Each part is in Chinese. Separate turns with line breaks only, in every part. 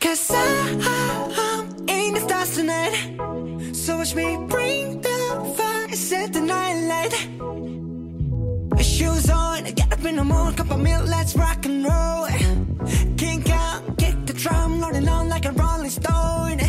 Cause I, I, I'm in the stars tonight. So watch me bring the fire, set the night light. Shoes on, get up in the morning, cup of milk, let's rock and roll. Kink out, kick the drum, rolling on like a rolling stone.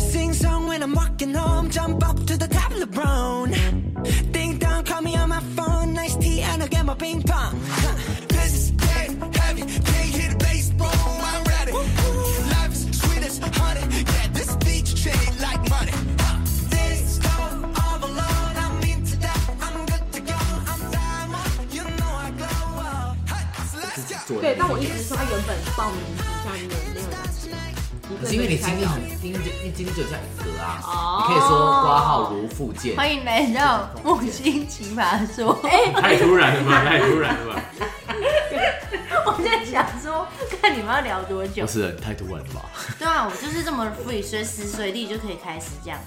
Sing song when I'm walking home, jump up to the top of LeBron. Ding dong, call me on my phone, nice tea, and I'll get my ping pong. Huh. This is dead heavy, can't hit the bass, boom, I'm ready. Life is sweet as honey, yeah, this beach chain like money. Huh. This go all alone, I'm into that, I'm good to go, I'm diamond, you know I glow up. Hey, so let's go.
对，但我一直是说他原本报名底下面没有人，
可是因为你经历很，经历就因为经历只有这样一个啊，你可以说挂号无附件，
欢迎来到木星奇葩说。
太突然了 吧，太突然了吧。
我在想说，看你们要聊多久
不？是人太突然了吧？
对啊，我就是这么 free，随时随地就可以开始这样。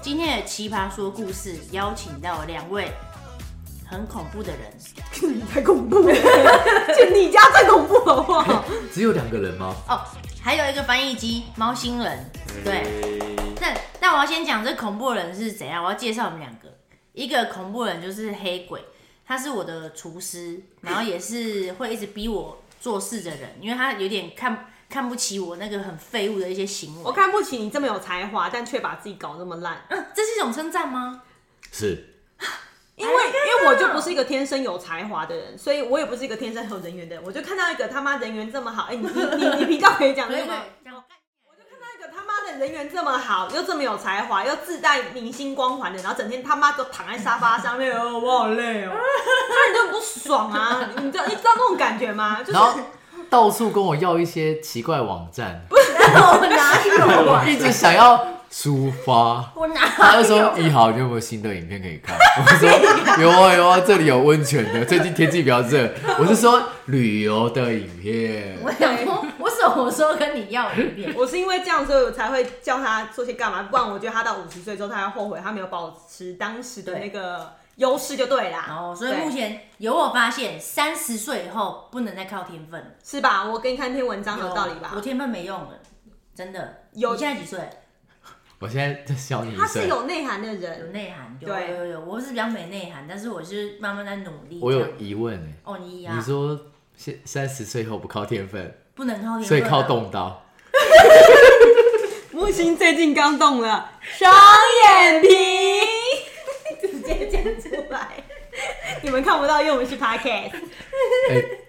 今天的奇葩说故事邀请到两位很恐怖的人，
你太恐怖了，就你家最恐怖好不好？
只有两个人吗？
哦，还有一个翻译机猫星人，对。
对，
但但我要先讲这恐怖的人是怎样，我要介绍我们两个，一个恐怖人就是黑鬼，他是我的厨师，然后也是会一直逼我做事的人，因为他有点看看不起我那个很废物的一些行
我
为。
看不起你这么有才华，但却把自己搞那么烂，
嗯，这是一种称赞吗？
是，
因为因为我就不是一个天生有才华的人，所以我也不是一个天生很有人缘的人。我就看到一个他妈人缘这么好，哎、你你你你频道可以讲这个吗？那个他妈的人缘这么好，又这么有才华，又自带明星光环的，然后整天他妈都躺在沙发上面，哦，我好累哦，那你就很不爽啊！你知道你知道那种感觉吗？就是
然后到处跟我要一些奇怪网站，
我哪 有啊？
一直想要抒发。
我哪？
他就说：“一豪，你有没有新的影片可以看？”我说：“有啊有啊，这里有温泉的，最近天气比较热。”我是说旅游的影片，
我想说，我什么时候跟你要 影片？
我是因为这样，所以我才会叫他做些干嘛，不然我觉得他到五十岁之后，他要后悔他没有保持当时的那个优势就对啦。
哦，所以
对
目前有我发现，三十岁以后不能再靠天分了。
是吧？我给你看篇文章，有道理吧
我？天分没用了，真的。
有
你现在几岁？
我现在在笑你一
他是
声。
有内涵的
有
人，
内涵，有
对
有有有，我是比较没内涵，但是我是慢慢在努力这样。
我有疑问欸
哦，你呀、
你说现三十岁后不靠天分，
不能靠天分啊，
所以靠动刀。
木星最近刚动了双眼皮， 直接讲出来， 你们看不到，因为我们是 podcast。
哎、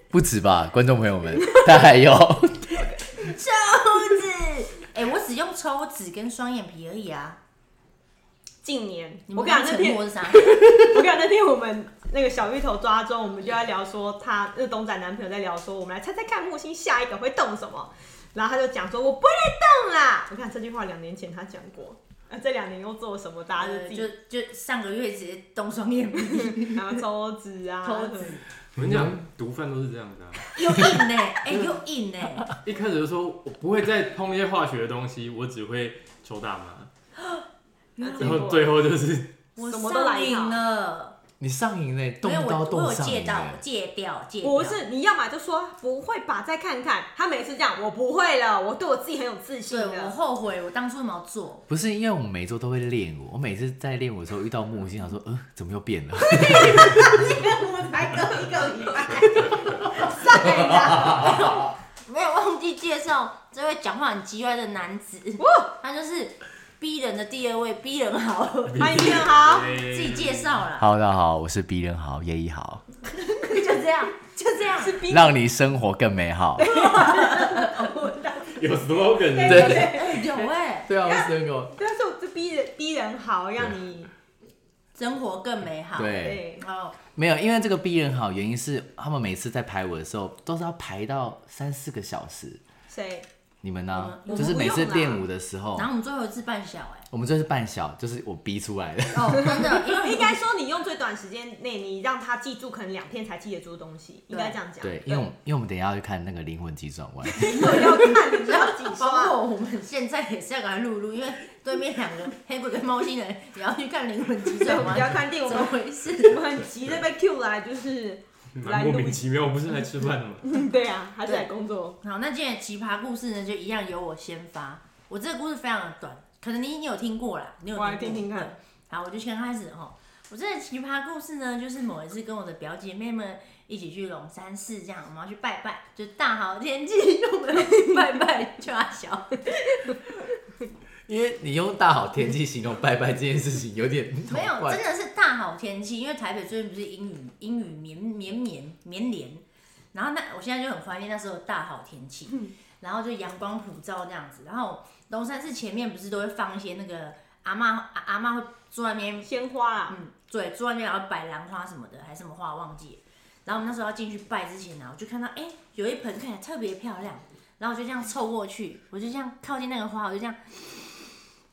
不止吧，观众朋友们，他还有，
抽纸。哎、我只用抽纸跟双眼皮而已啊！
近年，
你
我
们
跟你讲
刚
那
沉
天
默，是啥？
我跟你讲那天我们那个小芋头抓周，我们就在聊说他那董仔男朋友在聊说，我们来猜猜看木星下一个会动什么。然后他就讲说，我不会再动啦。我看这句话两年前他讲过，呃，这两年又做了什么？大家就
呃
自
就
己
就上个月直接动双 眼皮，
然后抽脂啊，
抽脂
我跟你讲，毒贩都是这样的啊、
又硬呢、哎、又硬呢、
一开始就说我不会再碰那些化学的东西，我只会抽大麻，然后最后就是
我
什么都来
上
一套
瘾了，
你上瘾嘞，
没有
动刀
我我
动
有
上
戒
瘾
到
欸，
戒掉戒掉，
不是，你要么就说不会吧，再看看。他每次这样，我不会了，我对我自己很有自信
对我
的。
后悔我当初没有做，
不是因为我们每周都会练舞，我每次在练舞的时候遇到木星，想说，呃，怎么又变了？
我才隔一个礼拜，
没有忘记介绍这位讲话很奇怪的男子，他就是逼人的第二位逼人好友，
欢迎你好，
自己介绍 了，
Hello，大家好，我是 B 人豪叶一豪，
就这样，就这 样，
是 B
让你生活更美好。
有 slogan 的，
对
哎有哎，
对啊，我生 活
对啊，是我这逼人逼人好，让你
生活更美好，，
对，
对
哦，
没有，因为这个 B 人好，原因是他们每次在排舞的时候都是要排到三四个小时。
谁
你们呢？
我们
就是每次
我们不用啦
练舞的时候
然，后我们最后一次半小哎，
我们就是半小，就是我逼出来的。
哦，真的，因为
应该说你用最短时间内，你让他记住可能两天才记得住的东西，应该这样讲。
对，因为我们因为我们等一下要去看那个《灵魂急转弯》，
我要看你们要几
包
刷。
括我们现在也是要给他录入，因为对面两个黑鬼跟猫星人也要去看《灵魂急
对，
转
我
弯
们》，要看电影，
怎
我
么
们
回事？
我们很急着被 Q 来，就是
蛮莫名其妙，不是来吃饭的吗？
对啊，还是来工作。
好，那今天的奇葩故事呢，就一样由我先发。我这个故事非常的短，可能你已经有听过啦，你有
我来
过
听听看。
好，我就先开始哈。我这个奇葩故事呢，就是某一次跟我的表姐妹们一起去龙山寺，这样我们要去拜拜，就大好天气， 我们要拜拜去阿小。
因为你用大好天气形容拜拜这件事情，有点
没有，真
怪
的是大好天气，因为台北最近不是阴雨阴雨绵绵绵绵连，然后那我现在就很怀念那时候的大好天气，然后就阳光普照这样子，然后龙山寺前面不是都会放一些那个阿嬷阿阿嬷会坐在那边
鲜花啦，
嗯，对，坐在那边然后摆兰花什么的，还是什么花忘记了。然后我们那时候要进去拜之前呢、我就看到哎、有一盆看起来特别漂亮，然后我就这样凑过去，我就这样靠近那个花，我就这样，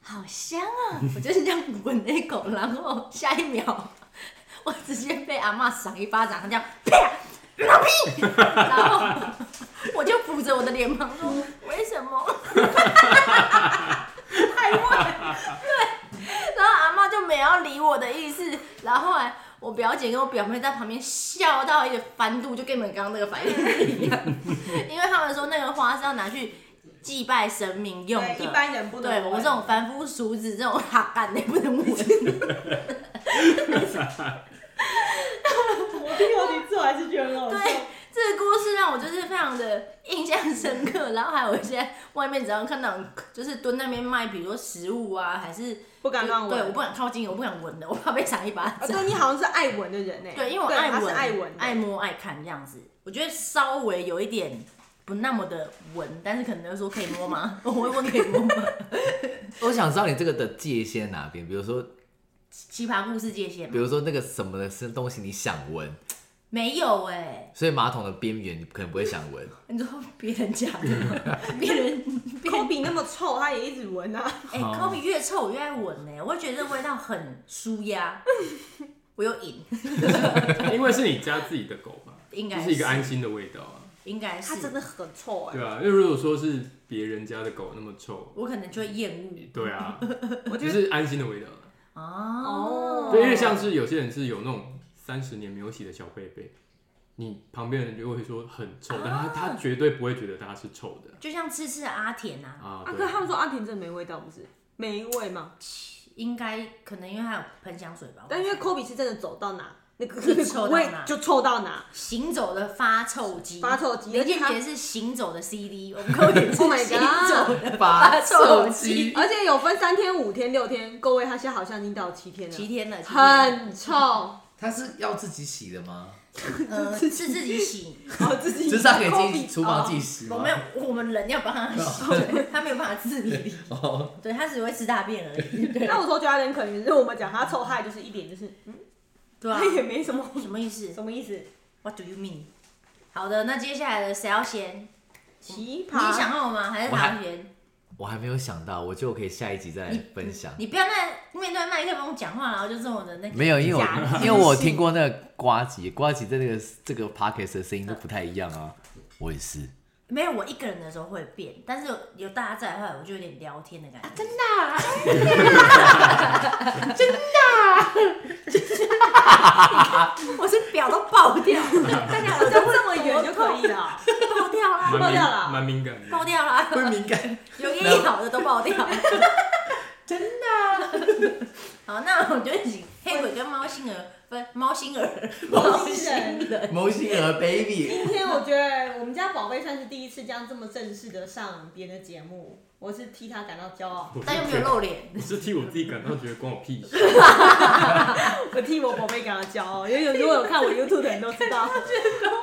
好香啊！ 我就是这样闻那一口，然后下一秒 我直接被阿嬷赏一巴掌，这样啪，老屁！然后 我就扶着我的脸庞说：“为什么？” 太坏了。然后阿妈就没有要理我的意思，然后后来我表姐跟我表妹在旁边笑到一个翻肚，就跟你们刚刚那个反应一样，因为他们说那个花是要拿去祭拜神明用的，
对，一般人不能
对
闻。
我们这 种凡夫俗子这种哈干的不能闻，
我听过几次，我还是觉得很好笑。
对，这个故事让我就是非常的印象深刻。然后还有一些外面只要看到人就是蹲那边卖，比如说食物啊，还是
不敢乱闻
对，我不敢靠近，我不敢闻的，我怕被赏一巴
啊，
掌。
对你好像是爱闻的人呢。
对，因为我
对
爱
他是
闻、
爱闻的，
爱摸、爱看这样子，我觉得稍微有一点不那么的闻，但是可能就说可以摸吗？ 我会问可以摸吗？
我想知道你这个的界限哪边，比如说，
奇葩故事界限
比
吗？
如说那个什么的是东西你想闻，
没有哎、
所以马桶的边缘你可能不会想闻。
你说别人家的 吗？别人别
科
人
比那么臭，他也一直闻啊。
哎，科比越臭我越爱闻哎、我会觉得这味道很舒 压，我有瘾，
因为是你家自己的狗吧，
应
就
该
是一个安心的味道啊，
应该是
他真的很臭 哎、
对啊，因为如果说是别人家的狗那么臭，
我可能就会厌恶
嗯
对啊，
我觉
就
得
是安心的味道啊。
哦，
对，因为像是有些人是有那种三十年没有洗的小贝贝，你旁边的人就会说很臭，但他他绝对不会觉得它是臭的
就像吃吃阿田啊，
啊。
啊，
对
可是他们说阿婷真的没味道，不是没味嘛？
应该可能因为它有喷香水吧，我
但因为
猜
科比是真的走到 哪，那个
就
那
臭
个
到
味
哪
就臭到哪。
行走的发臭机，
发臭机
林
而且
俊
它
杰是行走的 CD，我 们扣点
Oh my
是行走的
发
臭
臭
机
机，
而且有分三天、五天、六天，各位他现在好像已经到七天了，
七天哦了，七天了
很臭。
它是要自己洗的吗？
呃是自己洗，
哦，自 己
就是它可以
科
进
比
厨房自己洗吗？
哦我 们我们人要帮他
哦
洗，对他没有办法自理，
哦，
对他只会吃大便而已， 对
那我说觉得有点可怜，就是我们讲他臭害，就是一点就是
对啊
他，也没什么，
什么意思
什么意思？
？What do you mean？好的，那接下来的谁要先？
奇
你
葩，
想要吗？还是
我还
唐先？
我还没有想到，我觉得我可以下一集再来分享。
你不要那面对麦克风讲话，然后就这么的那个
没有，因为
假
我
自
因为我
信
听过那个瓜吉，瓜吉在那个这个 podcast 的声音都不太一样啊。我也是，
没有，我一个人的时候会变，但是有有大家在的话，我就有点聊天的感觉。
啊
真的、
啊
真 的、真的、我是表都 爆掉，大家
就
耳朵
这么远就可以了，
爆掉啦，
蛮
爆
敏
掉了
蛮敏感
爆
的。
掉啦，
会敏感。
有业绩好的都爆掉。真的、 好，那我们就请黑鬼跟猫星儿分猫星儿，
猫星人
人。
魔性儿 baby，
今天我觉得我们家宝贝算是第一次这样这么正式的上别人的节目，我是替他感到骄傲，
但又没有露脸，
我是替我自己感到觉得关我屁事，
我替我宝贝感到骄傲，因哦 为有如果有看我 YouTube 的人都知道，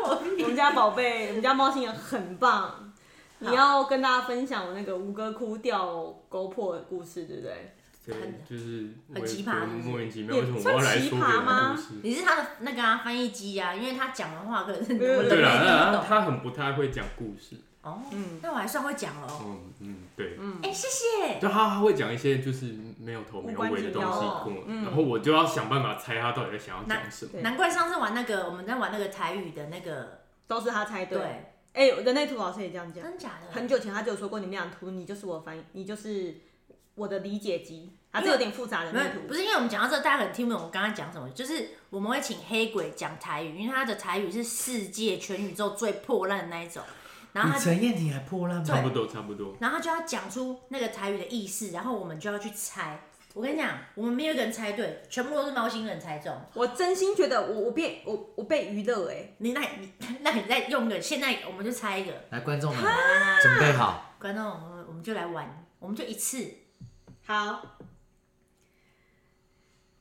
我们家宝贝，我们家猫星人很棒。你要跟大家分享我那个吴哥窟掉勾破的故事，对不对？
对，就是我
很
也
奇葩
觉得
是不是
莫名其妙，为什么我要来
算奇
说别
葩
人的
吗
故事？
你是他的那个、啊、翻译机啊，因为他讲的话可能是
对
我人类
对
听
啦，
不
那
懂。
他很不太会讲故事。
哦，那我还算会讲了哦。
嗯嗯，对，
哎、谢谢。
就他他会讲一些就是没有头没有尾的东西跟我，然后我就要想办法猜他到底在想要讲什么。
嗯对
难怪上次玩那个，我们在玩那个台语的那个，
都是他猜对。
对，嗯
哎、人类图老师也这样讲。
真假的？
很久前他就有说过，你们俩图，你就是我翻译，你就是我的理解机。还是有点复杂的
没
那
有
图，，
不是因为我们讲到这，大家可能听不懂我刚才讲什么。就是我们会请黑鬼讲台语，因为他的台语是世界全宇宙最破烂的那一种。然后
比
他，
陈燕婷还破烂
差不
吗？
多差不多。
然后他就要讲出那个台语的意思，然后我们就要去猜。我跟你讲，我们没有一个人猜对，全部都是猫星人猜中。
我真心觉得我我被我我被娱乐哎，
你那你那你再用个，现在我们就猜一个。
来，观众们准备好，
观众，我们我们就来玩，我们就一次。
好，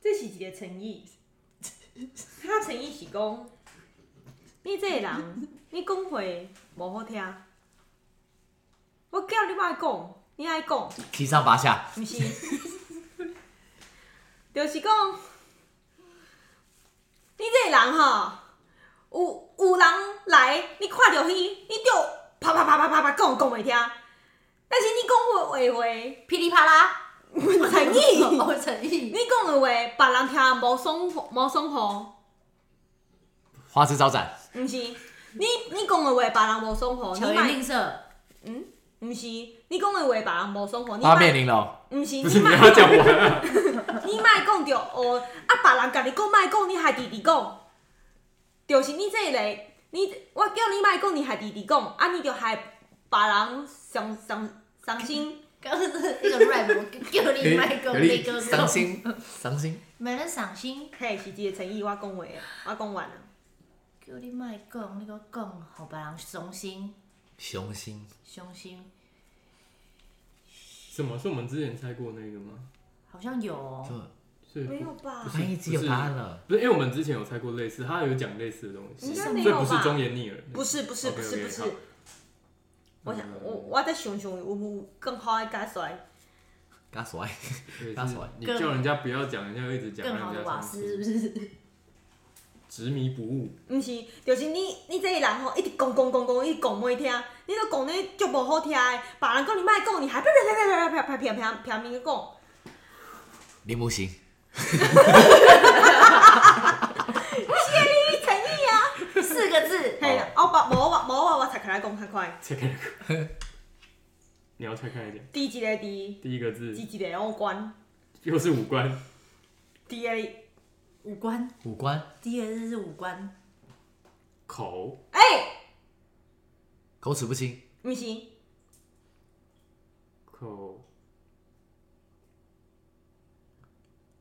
这是一个诚意，他诚意是讲，你这个人，你讲话无好听，我叫你莫讲，你爱讲，
七上八下，
毋是， 就是讲，你这个人吼，有有人来，你看到伊，你就啪啪啪啪啪啪讲讲袂听，但是你讲话话话。
噼里啪啦，
我才 你，
我诚意
你，讲的话，别人听无爽无爽吼，
花枝招展，
毋是？你你讲的话，别人无爽吼，
巧
你
言
卖嗯
令色。
毋是？你讲的话，别人无爽吼，你
八面
卖
玲珑，
毋是？
啊不
你
是你
卖
要讲完啊，
你卖讲 着哦，啊，别人甲你讲卖讲，你还直直讲，就是你这个人，你我叫你卖讲，你还直直讲，啊，你就害别人伤伤伤心，
刚刚是一个 rap，我 叫你麦克
有
那
力
个
伤，心，伤心，
没人赏心，
嘿，是一个诚意，我讲话的，我讲完了，
叫你麦克那个讲，好别人伤心，
雄心，
伤心，
什么？是我们之前猜过那个吗？
好像有哦。
是
没有吧
不？是
哎，一直有
不是
答案了，
不是，因为我们之前有猜过类似，他有讲类似的东西，
应该
所
没
以
有吧
不是忠言逆耳，
不是不是不是
OK，OK，
不是
好。
我想
嗯
我我在想想，有有更好的解释。
嘎索爱，
对
大
就是
甩
你叫人家不要讲，人家又一直讲，
更好
让
的
人
瓦
家
斯是不是？
执迷不悟。
毋是，就是你你这个人吼，一直讲讲讲讲，一直讲袂听，你都讲咧足无好听的，别人讲你莫讲，你还啪啪啪啪啪啪啪啪啪啪啪咪讲，
林木行，
你诚意啊！
四个 字，哦
嘿，我把无我无我我才开来讲较快，
拆开来看，你要拆开来讲。
第一个第
第一个字
第一个五官，
又是五官，
第二个
五官，
五官，
第二个字是五官，
口
哎，
口齿不清，
毋是，
口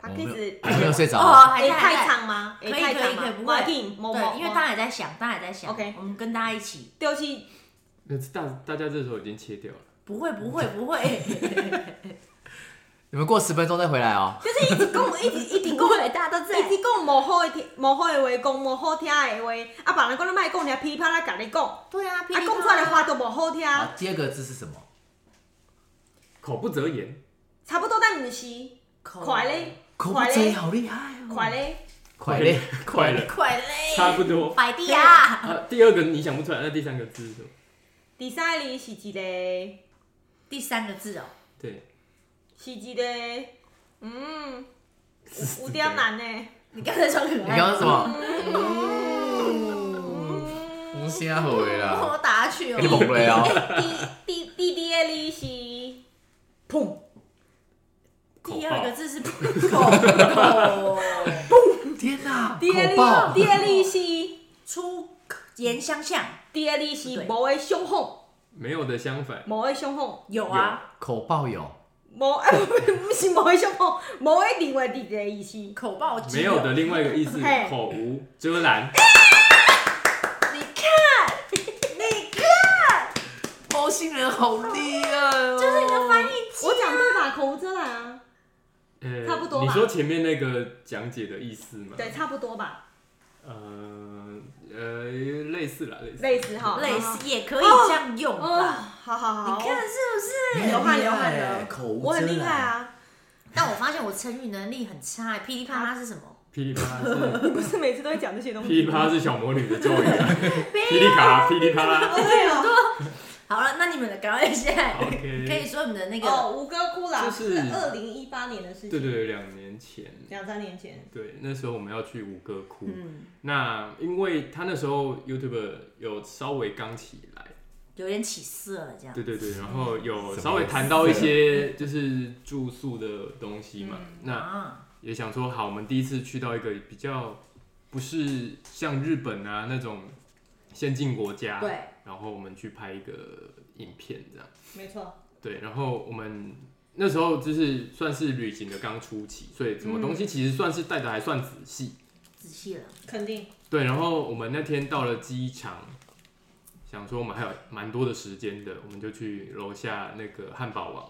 他开始
还没有睡着
哦
啊，
还
会
在还在
太长吗？
可
会
以
太
可
长
以
吗
可以，？不
要
会，
紧，无无，
对，因为大家也在想，大家也在想
OK
我们跟大家一起，
就是
就是大大家这时候已经切掉了，
不会不会不会，
你们过十分钟再回来哦，
就是一直讲，一直一直讲，大家都一直讲无好的听，无好的话，讲无好听的话，啊，别人讲你莫讲，你还噼啪啦甲你讲，啊，
对啊，噼
讲
里
出
啪
来的话
啦，
都无好听，
啊
好，第二个字是什么？
口不择言，
差不多但毋是，
口
快嘞，
哦
口
快
贼
嘞，
好厉害哦，
快嘞，
快嘞，
快了，
快嘞，
差不多。
百地啊，
啊，第二个你想不出来，那第三个字是什么？
第三个是一个，
第三个字哦，
对，
是一个，嗯，有有点难 呢，
你刚才说可爱，
你刚刚什么？嗯，啥好的
帮
啦？
我打下去
给你
哦，
猛雷哦！
第第第第二个是
砰！
第
口
二
爆
个字是 哦口，
天哪！
第二
口
个
爆！
第二 个是
出言相向
第二个是无的相仿，
没有的相反，
无的相仿。
有啊，
口爆有，
无 啊，不是无迄种无，无迄另外一个意思。
口爆鸡
没有的另外一个意思
嘿，
口无遮拦。
你看，你 看，
猫星人好厉害哦！
这是你的翻译机啊
我讲对吧？口无遮拦啊，
呃
差不多吧
你说前面那个讲解的意思吗？
对，差不多吧，
呃呃，类似啦，类似。
类似哈，
类
好。
似也可以这样用
哦，
吧？
好好好，
啊你看是不 是？
流汗流汗了，
口无遮拦
我很厉害啊，
但我发现我成语能力很差欸，噼里啪啦是什么？
噼里啪啦是
不是每次都会讲这些东
噼
西。
里啪啦是小魔女的咒语啊，噼里卡啦噼里啪啦。
对啊，
好了，那你们的赶快现在
OK
可以说你们的那个
哦，吴哥窟啦，
就是
是二零一八年的事情，
对对，对，两年前，
两三年前，
对，那时候我们要去五哥窟。
嗯
那因为他那时候 YouTube 有稍微刚起来，
有点起色了这样。
对对对，然后有
什么
稍微谈到一些就是住宿的东西嘛，
嗯
那
啊，
也想说好，我们第一次去到一个比较不是像日本啊那种先进国家，
对，
然后我们去拍一个影片这样。
没错，
对，然后我们那时候就是算是旅行的刚初期，所以什么东西其实算是带的还算仔细。
仔细了，
肯定
对，然后我们那天到了机场，想说我们还有蛮多的时间的，我们就去楼下那个汉堡王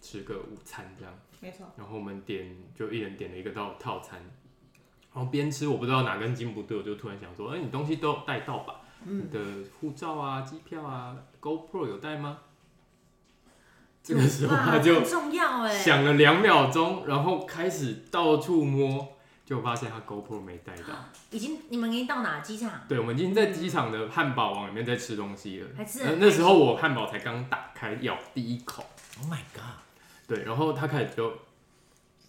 吃个午餐这样。
没错。
然后我们点就一人点了一个套套餐，然后边吃我不知道哪根筋不对，我就突然想说，哎、你东西都有带到吧？你的护照啊、机票啊、GoPro 有带吗？这个时候
哇
他就
很重要哎，
想了两秒钟，然后开始到处摸，就发现他 GoPro 没带到。
啊
已经你们已经到哪机场？
对，我们已经在机场的汉堡王里面在吃东西了。
还吃
那
很
那时候我汉堡才刚打开咬第一口，
Oh my god！
对，然后他开始就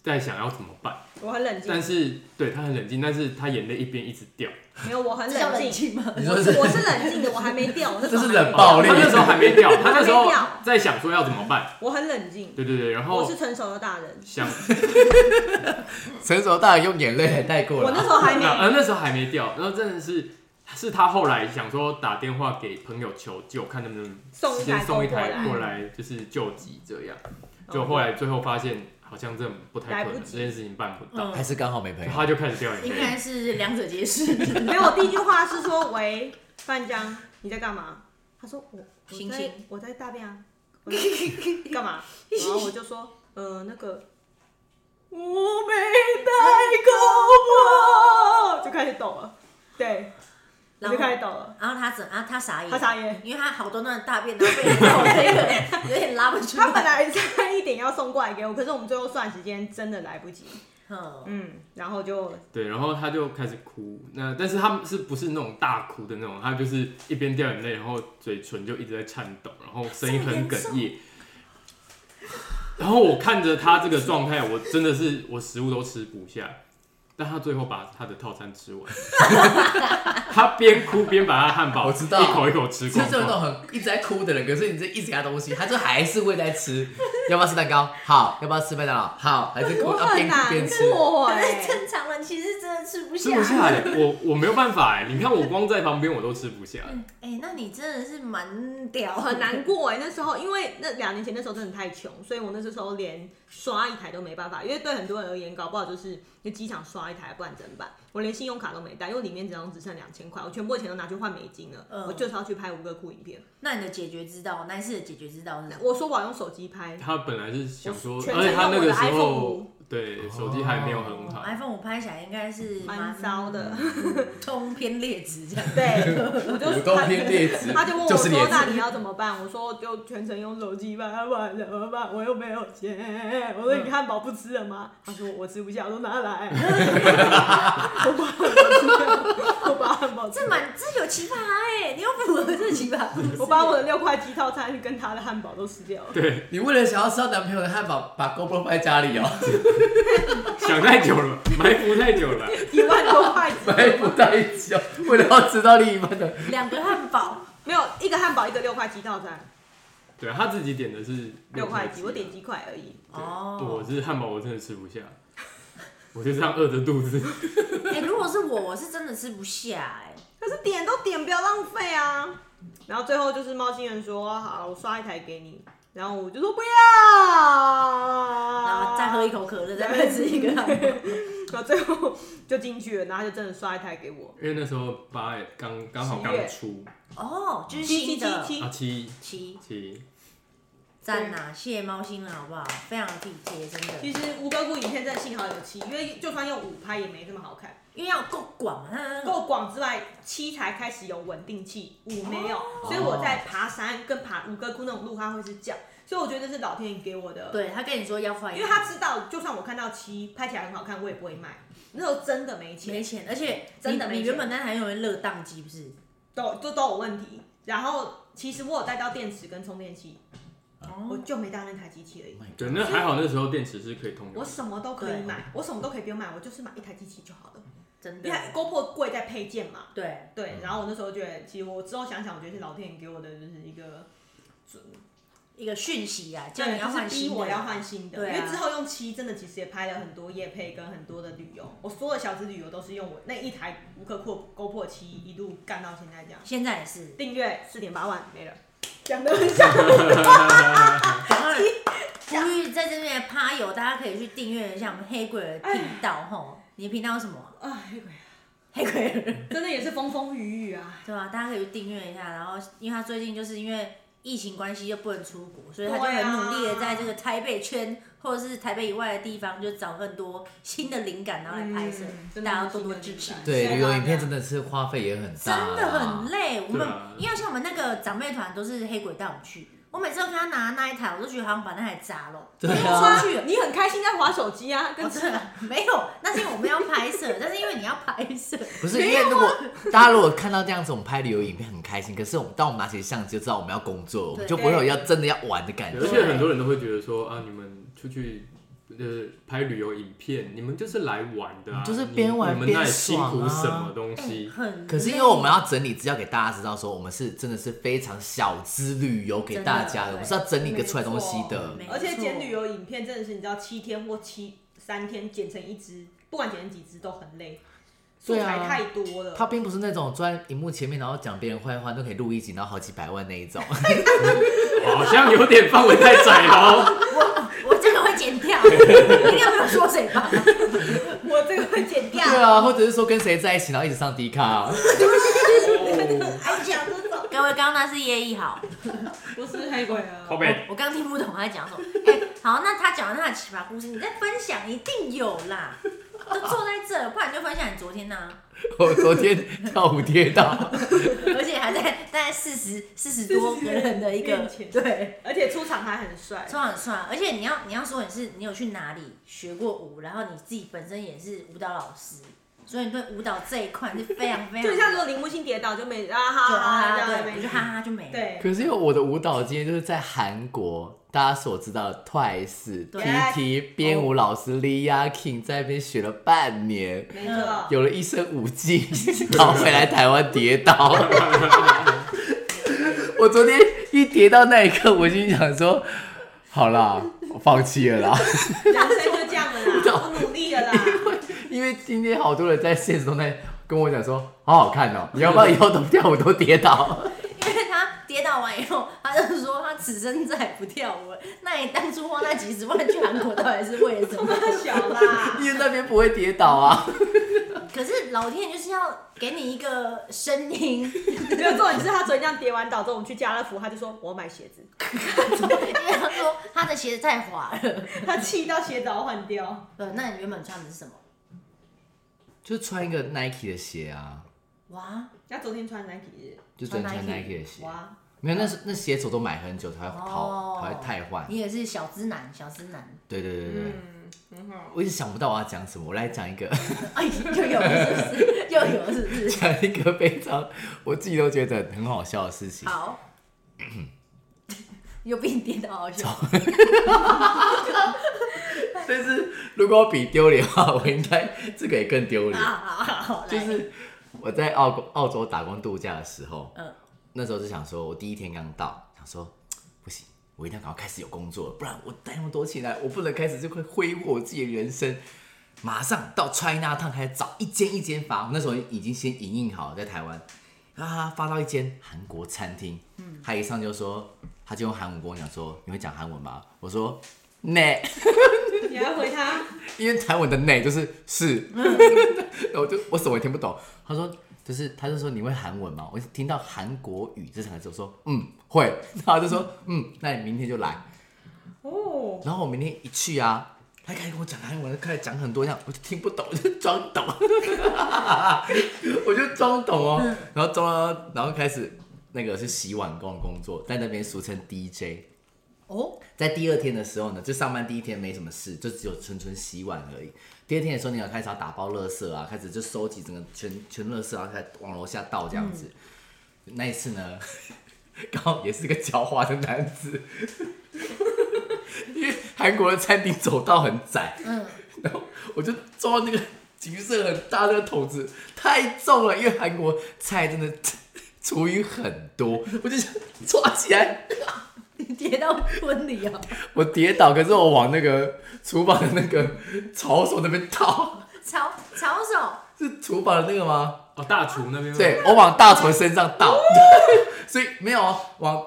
在想要怎么办，
我很冷静
但，是对他很冷静，但是他眼泪一边一直 掉。
没有，我很
这叫
冷
冷
静。
静吗？
你
我
说
是
是
我是冷静的，我还没掉，我那时
这是
候还没
冷暴力
他那时候还没掉，他那时
还没
候
掉
在想说要怎么办。
我很冷静，
对哦对对，然
我
后
是成熟的大人，
想，
成熟大人用眼泪来带过
我那时
了。
候还没，
呃，那时候还没掉，然后真的是。是他后来想说打电话给朋友求救，看能不能
送一台
先送一
过
台
来哦
过来，就是救急这样。就后来最后发现，好像这不太可
来
能，
不及
这件事情办不到，
嗯
还，是刚好没朋友，
他就开始掉眼
应
泪。
该是两者皆是。
没有，我第一句话是说：“喂，范江，你在干嘛？”他说：“我我
行
在
行
我在 大便啊，我在干嘛？”然后我就说：“呃，那个我没带 GoPro。”就开始抖了，对，我
然
就
后
开始抖了。
然后他怎啊？他傻眼，
他傻眼
因为他好多段大便都被我这个有点拉不出来。
他本来差一点要送过来给我，可是我们最后算时间真的来不及，
嗯，
嗯，然后就
对，然后他就开始哭。那但是他们是不是那种大哭的那种？他就是一边掉眼泪，然后嘴唇就一直在颤抖，然后声音很哽咽。然后我看着他这个状态，我真的是我食物都吃不下，但他最后把他的套餐吃完。 他边哭边把他汉堡
我知道
一口一口吃
是
光
这
光。
种很一直在哭的人，可是你这一直给他东西，他就还是会在吃。 要不要吃蛋糕？好。要不要吃麦当劳？好。还是哭，
我
要
很
边哭
难
边吃。
过
可
哎、
是正常人其实真的吃不
吃
下。
不下来，我我没有办法哎、你看我光在旁边我都吃不下。
嗯
哎、那你真的是蛮屌，
很难过哎、那时候因为那两年前那时候真的太穷，所以我那时候连刷一台都没办法，因为对很多人而言，搞不好就是那机场刷一台，不然怎么办？我连信用卡都没带，因为里面只能只剩两千块，我全部的钱都拿去换美金了，
嗯
我就是要去拍吴哥窟影片。
那你的解决之道，那一次的解决之道是什么？
我说我要用手机拍，
他本来是想说
我，全
而且他那个时
程用我的 iPhone
候对手机还没有很
哦
好，
iPhone 五拍起来应该是
蛮糟的。
通篇劣质这样。
对，我就
我都偏劣质
他嗯就问我
就是劣
说：“
质
那你要怎么办？”我说：“就全程用手机吧，不然怎么办？我又没有钱。”我说：“你汉堡不吃了吗？”他说：“我吃不下，我都拿 来。”我把汉堡吃掉，我把汉堡吃
这
掉，
蛮这有奇葩哎、你又符合这奇葩故事。
我把我的六块鸡套餐跟他的汉堡都吃掉了。
对，
你为了想要吃到男朋友的汉堡，把 GoPro 放在家里哦，
想太久了，埋伏太久了。
一万多块
埋
鸡，
伏太久，哦为了要吃到另一半的。
两个汉堡，
没有一个汉堡一个六块鸡套餐，
对他自己点的是
六块
鸡，
鸡，我啊点几块而已。
对。
哦
我是汉堡，我真的吃不下，我就这样饿着肚子。
哎、如果是我，我是真的吃不下哎、
可是点都点，不要浪费啊。然后最后就是猫星人说：“好，我刷一台给你。”然后我就说不要，
然后再喝一，口可乐， 再再吃一个汉堡。
然后最后就进去了，然后他就真的刷一台给我。
因为那时候八月刚刚好
七
刚
月
出
哦，就是
七七
新的
七七
啊，七
七
七，
赞呐，谢谢猫星了好不好？非常体贴，真
其
的，
实吴哥窟影片真的幸好有七，因为就算用五拍也没这么好看，
因为要够广嘛，那那
够广之外，七才开始有稳定器，五没
哦
有，所以我在爬山跟爬吴哥窟那种路，它会是这样，所以我觉得这是老天爷给我的
对他跟你说要换一
因
个，
为他知道，就算我看到七拍起来很好看，我也不会卖。那时候真的没钱，
没钱，而且
真的
你
没
你
钱
原本那台用为热宕机不是？
都就都有问题。然后其实我有带到电池跟充电器，我
哦，
就没带那台机器而已。
对，那还好那时候电池是可以通用
我
的。
什么都可以
对
买，我什么都可以不用买，我就是买一台机器就好了。
真
因
的
为，GoPro 贵在配件嘛，
对，
对。然后我那时候觉得，其实我之后想想，我觉得是老天爷给我的就是一个准，
一个讯息啊，叫
对，
你
就
要
是
换
逼
新的，
我要换新的。
对啊
因为之后用七真的其实也拍了很多夜配跟很多的旅游，我所有的小资旅游都是用我那一台无可破 GoPro 七一路干到现在这样，
现在 也是，
订阅四点八万没了，讲的很像。
然后呼吁在这边的趴友，大家可以去订阅一下我们黑鬼儿的频道吼。你的频道是什么啊？
啊，黑鬼
黑鬼儿
真的也是风风雨雨啊。
对啊，大家可以去订阅一下。然后，因为他最近就是因为疫情关系就不能出国，所以他就
对
很
啊
努力的在这个台北圈或者是台北以外的地方，就找更多新的灵感，然后来拍摄
嗯。真的
大家
是
多
新
多
的
支持
灵。感
对，旅游影片
对啊
真的是花费也很
真
大啊啦，
的很累。我们、
对啊
因为像我们那个长辈团都是黑鬼带我们去，我每次都跟他拿那一台，我都觉得好像把那台砸了。
对啊
因为
哇
出去了，
你很开心在划手机啊，跟
哦，对了，没有，那是因为我们要拍摄，但是因为你要拍摄，
不是因
啊
为如果大家如果看到这样子，我们拍旅游影片很开心，可是我们当我们拿起相机就知道我们要工作，我们就不会有要真的要玩的感觉。
而且很多人都会觉得说啊，你们出去呃拍旅游影片，你们就是来玩的、啊，
就是边玩
你你们那里
边
辛
爽啊
苦什么东
哎
西？
很。
可是因为我们，要整理资料给大家知道，说我们是真的是非常小资旅游给大家的，
真的
我们是要整理一个出来东西的。
没错
而且剪旅游影片真的是，你知道七天或七三天剪成一支，不管剪成几支都很累，素
对啊
材太多了。
他并不是那种坐在荧幕前面，然后讲别人坏话都可以录一集，然后好几百万那一种。
好像有点范围太哦 窄喽。
我这个会剪 掉，应该没有说谁吧？
我这个会剪掉，
对啊，或者是说跟谁在一起，然后一直上低卡。
哦
还哎讲这种，
各位，刚刚那是叶一豪，
不是黑鬼啊
靠背，
我刚听不懂他在讲什么。哎、好，那他讲完他的奇葩故事，你再分享，一定有啦。都坐在这，不然就分享你昨天呢、
我昨天跳舞跌倒，
而且还在大概四十四十多个人的一个
面前
对，
而且出场还很帅，
说很帅。而且你要你要说你是你有去哪里学过舞，然后你自己本身也是舞蹈老师，所以你对舞蹈这一块是非常非常
就像如果林木星跌倒就没啊
就
哈
哈
哈这
哈，
样
对，我
没
就哈哈就没了。
对，
可是因为我的舞蹈经验就是在韩国，大家所知道的 Twice、
对
PT 编舞老师 Lia King 在那边学了半年，
没错。
有了一身舞技，然后回来台湾跌倒。我昨天一跌到那一刻，我心想说，好啦，我放弃了啦，
人生就这样了啦，不努力了啦，
因为今天好多人在现实中在跟我讲说，好好看哦、你要不要以后都跳舞都跌倒？
因为他跌倒完以后，他就说他此生再也不跳舞了。那你当初花那几十万去韩国，到底是为了什么？
小啦，
因为那边不会跌倒啊。
可是老天就是要给你一个声音，
没有重点是他昨天这样跌完倒之后，我们去家乐福，他就说我要买鞋子，
因为他说他的鞋子太滑了。
他气到鞋子要换掉，
对，那你原本穿的是什么？
就穿一个 Nike 的鞋啊，
哇，
他昨天穿 Nike 日
就只能穿
穿 Nike
Nike 的鞋。
哇，
没有，那是那鞋子我都买很久才会淘，
哦
才会汰换。
你也是小资男，小资男。
对对对对对，
嗯，很好。
我一直想不到我要讲什么，我来讲一个，
哎，又有是不是？又有是不是？
讲一个非常我自己都觉得很好笑的事情。
好，又被你跌倒好笑。
但是如果比丢脸的话，我应该这个也更丢脸
好。好好好，
就
来，
是我在澳澳洲打工度假的时候，
嗯
那时候就想说，我第一天刚到，想说不行，我一定要赶快开始有工作，不然我带那么多钱来，我不能开始就会挥霍我自己的人生。马上到 China Town 开始找一间一间发，我们那时候已经先营运好了在台湾，啊，发到一间韩国餐厅，嗯，他一上就说，他就用韩文跟我讲说，你会讲韩文吗？我说。内，
你还回他？
因为韩文的内就是是，然后 我就我什么也听不懂。他说就是，他就说你会韩文吗？我听到韩国语这三个字，我说嗯会。然后他就说嗯，那你明天就来。
哦，
然后我明天一去啊，他开始跟我讲韩文，他开始讲很多这样，我就听不懂，我就装懂， 我就装懂哦。然后装了，然后开始那个是洗碗工的工作，在那边俗称 DJ。
哦，
在第二天的时候呢，就上班第一天没什么事，就只有纯纯洗碗而已。第二天的时候，你要开始要打包垃圾啊，开始就收集整个全全垃圾，然后再往楼下倒这样子。那一次呢， 刚好也是个狡猾的男子，因为韩国的餐厅走道很窄，
嗯，
然后我就坐到那个橘色很大的桶子太重了，因为韩国菜真的 厨余很多，我就想抓起来，
跌到婚礼啊，
我跌倒，可是我往那个厨房的那个 槽手那边倒，
炒炒手，
是厨房的那个吗？
哦，大厨那边吗，
对我往大锤身上倒， 所以没有哦往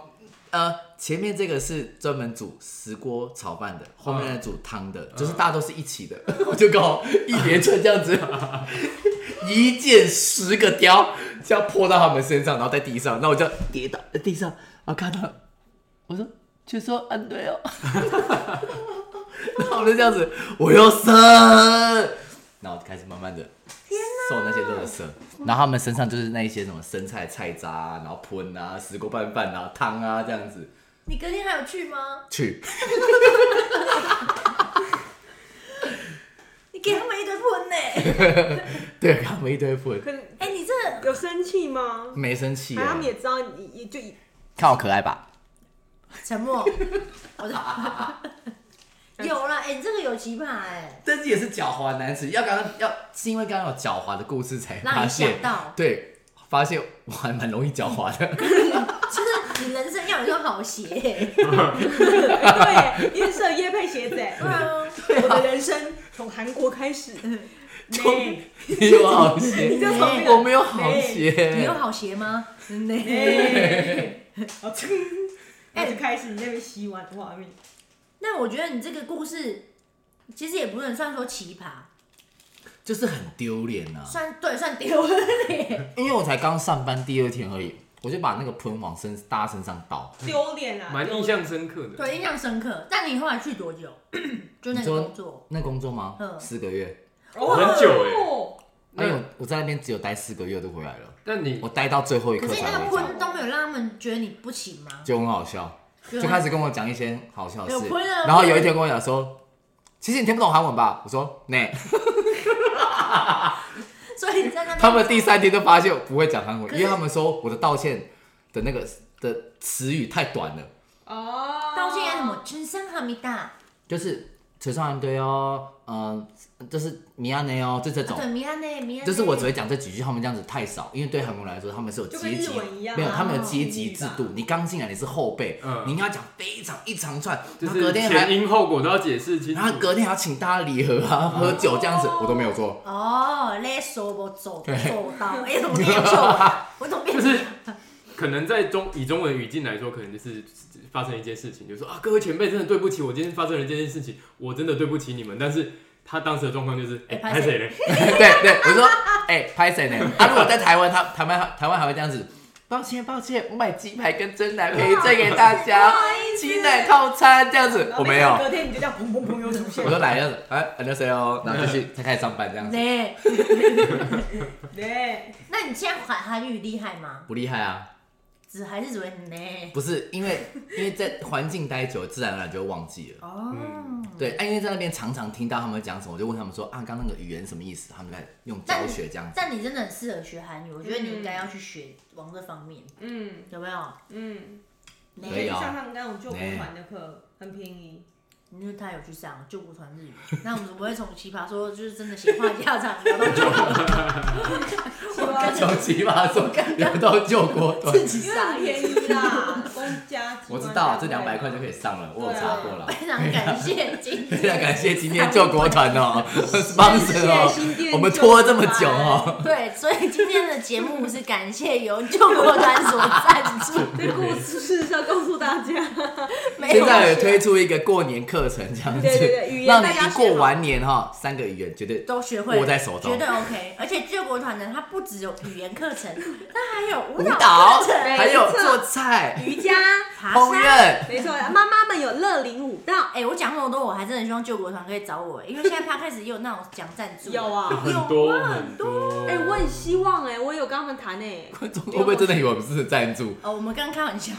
呃前面这个是专门煮石锅炒饭的，后面的煮汤的，就是大家都是一起的， 我就搞一连串这样 子，一箭十个雕，这样泼到他们身上，然后在地上，那我就跌倒在地上，然后看到我说就说安对哦， 然后我就这样子，我又生，然后开始慢慢的。送那些垃圾，然后他们身上就是那一些什么生菜菜渣、啊，然后喷啊、石锅拌饭啊、汤啊这样子
你隔天还有去吗？
去。
你给他们一堆 喷呢、
对，给他们一堆粪，
可是
哎、你这
有生气吗？
没生气
反正他
啊
们，也知道你，也就
看我可爱吧？
沉默，我的 有啦，哎、你这个有奇葩哎、
但是也是狡猾男子，要刚刚要是因为刚刚有狡猾的故事才
让
发
你
现
想，到，
对，发现我还蛮容易狡猾 的，
就是你人生要有一双好鞋、
对，你很适合耶配鞋子耶。
对啊，
我的人生从韩国开始，
从
没
你有好
你
鞋，
就从
我没有好
你有
鞋，
好鞋吗？真的。
哎，好吃然后就开始你那边洗碗的画面，
那我觉得你这个故事其实也不能算说奇葩，
就是很丢脸啊。
算对算丢 脸。
因为我才刚上班第二天而已，我就把那个喷往身大家身上倒。
丢脸啊！
蛮印象深刻的。
对，印象深刻。但你后来去 多久？就
你
那个
说
工作，
那工作吗？
嗯
四个月。
哦
很久耶
哦
那
哎呦，我在那边只有待四个月就回来了，
但你
我待到最后一刻
可是
才
那个
回家
婚，都没有让他们觉得你不行吗？
就很好笑，就开始跟我讲一些好笑的
啊有
事
喷啊。
然后有一天跟我讲说，其实你听不懂韩文吧？我说那，
所以你在那 边哦
他们第三天就发现我不会讲韩文，
可
因
是
为他们说我的道歉的那个的词语太短了，
哦，
道歉什么？真生哈密达，
就是扯上一堆哦，嗯、就是米亚内哦，就这种。
对，米安内米安内，
就是我只会讲这几句，他们这样子太少，因为对韩国人来说，他们是有阶级
就跟日文一，样啊
没有他们有阶级制度。你刚进来你是后辈，
嗯
你应该讲非常一长串，
就
然
是
后隔天
前
还，
因后果都要解释清楚
然。后隔天还要请大家礼盒啊，喝酒这样子，我都没有做。
哦，勒索我走
对
走到，哎，怎么变错啊？我怎么变
就？是可能在中以中文语境来说，可能就是发生一件事情，就说啊，各位前辈，真的对不起，我今天发生了这件事情，我真的对不起你们。但是他当时的状况就是，哎、
拍
拍
谁
谁嘞？
对对，我说，哎，拍谁呢？他如果在台湾，他台湾台湾还会这样子。抱歉，抱歉，我买鸡排跟蒸奶陪赠给大家，鸡奶套餐这样子，我没有
然后。隔天你就这样砰砰砰又出现
我，说来这样子，哎，那谁哦，然后就去，他开始上班这样子，
对，
对，
那你现在韩韩语厉害吗？
不厉害啊。
只还是只会呢？
不是因为因为在环境待久，了，自然而然就会忘记了。
哦，
对，啊，因为在那边常常听到他们讲什么，我就问他们说啊，刚刚那个语言什么意思？他们在用教
但
学这样子。
但你真的很适合学韩语，我觉得你应该要去学往这方面，
嗯
有没有？
嗯，
你
可以啊
上他们那种救国团的课很便宜，
因为他有去上救国团日语，那我们不会从奇葩说就是真的闲话家常聊到救国，
是吧？
从奇葩说聊到救国团，
己
因为很便宜 啦，公家
我知道这两百块就可以上了，我有查过了。
非常感谢今天，
非常感谢今天救国团哦 ，sponsor
新店
哦，
救
我们拖这么久哦，
对，所以今天的节目是感谢由救国团所赞助，
这故事是要告诉大家，
没
现
有
在也推出一个过年课程这样
对对对语
子，
言
让你
大家
一
学
过
好
完年哈，三个语言绝对
都学会了
握在手中
绝对 OK。而且救国团呢，它不只有语言课 程，它还有舞
舞
蹈
蹈
课程、
还有做菜、
瑜伽，
爬
烹
山。
饪。
没错，妈妈们有乐龄舞蹈，
哎、我讲那么多，我还真的希望救国团可以找我，因为现在他开始也有那种讲赞助，
有 啊。
哎
很多很多。
哎、我很希望哎、我有跟他们谈 哎、
观众会不会真的以为我们是赞助？
哦，我们刚刚开玩笑，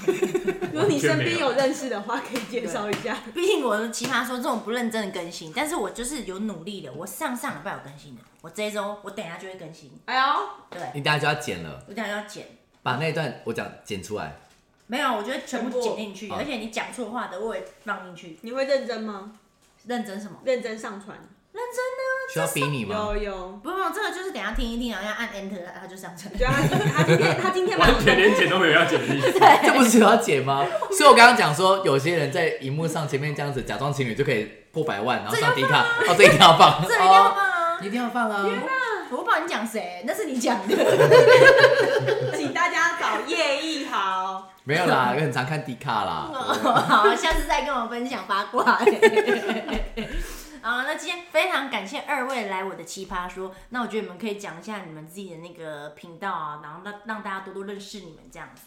如果你身边有认识的话，可以介绍一下。
毕竟我的奇葩说这种不认真的更新，但是我就是有努力的，我上上礼拜有更新的，我这一周我等一下就会更新，
哎呦，
对
你等下就要剪了，
我等一下要剪，
把那一段我讲剪出来。
没有，我觉得全部
全部
剪进去，
好
而且你讲错话的我也放进去，
你会认真吗？
认真什么？
认真上传，
认啊
需要逼你吗？
有有，
不用，这个就是等一下听一听，然后要按 Enter，然后就上传
我。觉得他今他今天他今天蛮
完 全连剪都没有要剪的意思。
这不是有要解吗？所以我刚刚讲说，有些人在荧幕上前面这样子假装情侣就可以破百万，然后上迪卡，哦，这一定要放，
这一定要
哦
放啊！
一定要放啊！
我不知道你讲谁，那是你讲的。
请大家找叶一豪，
没有啦，很常看迪卡啦。
好，下次再跟我分享八卦。 好，那今天非常感谢二位来我的奇葩说。那我觉得你们可以讲一下你们自己的那个频道啊，然后让让大家多多认识你们这样子。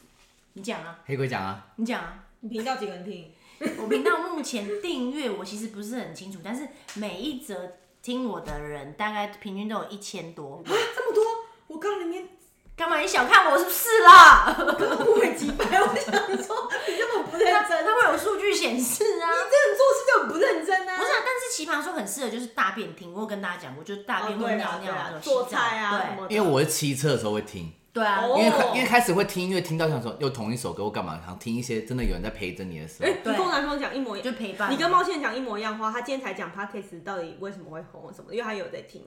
你讲啊，
黑鬼讲啊，
你讲啊。
你频道几个人听？
我频道目前订阅我其实不是很清楚，但是每一则听我的人大概平均都有一千多。
啊这么多，我刚里面
干嘛？你小看我是不是啦？
不会几百，我想说 你根本不认
它
真，
它会有数据显示啊。
你这人做事就很不认真啊！
不是、啊，但是奇葩说很适合就是大便听，我有跟大家讲过，就是大
哦
便
对
会
啦
尿
对
尿
啦
那种
做
洗澡
菜啊什
对
么的，
因为我是骑车的时候会听，
对啊，
哦
因为开因为开始会听音乐，听到想说又同一首歌或干嘛，然后听一些真的有人在陪着你的时候
哎，，你
对
跟我男朋友讲一模一
就
样。
陪伴。啊
你跟猫宪讲一模一样话，他今天才讲 podcast 到底为什么会红什么的，因为他有在听。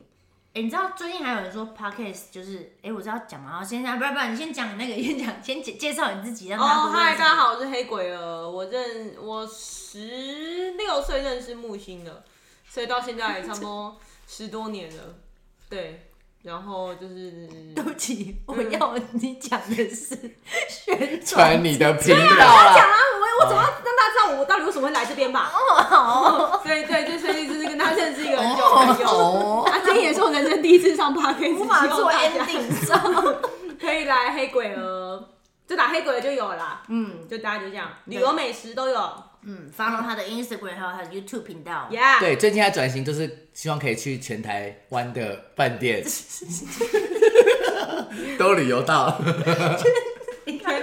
哎、你知道最近还有人说 podcast 就是哎、我知道讲嘛，先讲，不然不然你先讲那个，先讲先介介绍你自己，让大家
哦，
多认
嗨，
识
大家好，我是黑鬼儿。我认我十六岁认识木星的，所以到现在也差不多十多年了。对，然后就是
你。对不起，我
嗯
要你讲的是宣 传。
传你的频道啦。
啊，我我总要让大家知道我到底为什么会来这边吧。
哦
所以对，就所以就是跟他认识一个很久很久。
哦，
啊，今天也是我人生第一次上 p a r k
无法 做 ending，你知道吗？
可以来黑鬼儿，就打黑鬼儿就有了啦。嗯，就大家就这样，旅游美食都有。
嗯，follow 他的 Instagram 还有他的 YouTube 频道。
Yeah，
对，最近在转型，就是希望可以去全台湾的饭店， 都旅游到。
全台。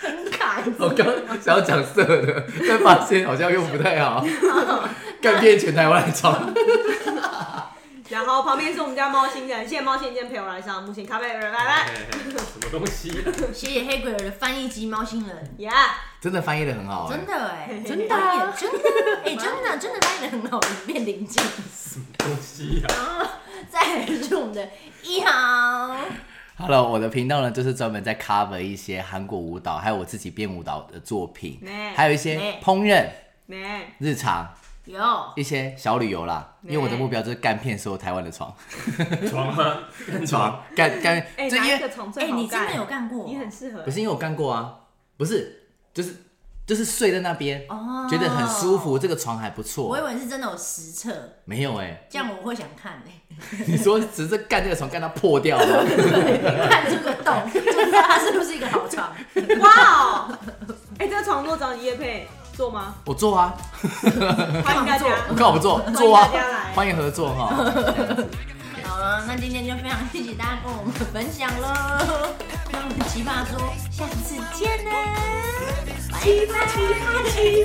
很卡，
我刚想要讲色的，但发现好像又不太好，干遍全台湾的床。
然后旁边是我们家猫星人，谢谢猫星今天陪我来上木星咖啡，拜
哎
拜。
什么东西啊？
谢谢黑鬼儿的翻译机猫星人，
耶，
真的翻译的很好、欸，
真的哎，
真
的真的 哎，真的真的翻译的很好，一片宁静。
东西啊？
再来是我们的一豪，
Hello，我的频道呢，就是专门在 cover 一些韩国舞蹈，还有我自己编舞蹈的作品
嗯，
还有一些
嗯
烹饪、
没
日常
有
一些小旅游啦。因为我的目标就是干遍所有台湾的床，
床吗？
床干干，
哎，
这
哪
因
一个
为
虫最
哎，
好
你真的有
干？
干过？
你很适合
不。是因为我干过啊，不是，就是就是睡在那边，
哦
觉得很舒服，这个床还不错
我以。为是真的有实测，
没有哎、
这样我会想看 哎，
你说只是干这个床干到破掉吗？
看这个 洞，就知道它是不是一个好 床。
哇哦，哎，这个床若找你叶配做 吗？
我做 啊，
欢迎大家。
我看我不 做，做
欢迎大家来
啊，欢迎合作哈。
好了，那今天就非常谢谢大家跟我们分享喽。那我们奇葩说，下次见啦，奇葩奇葩奇葩。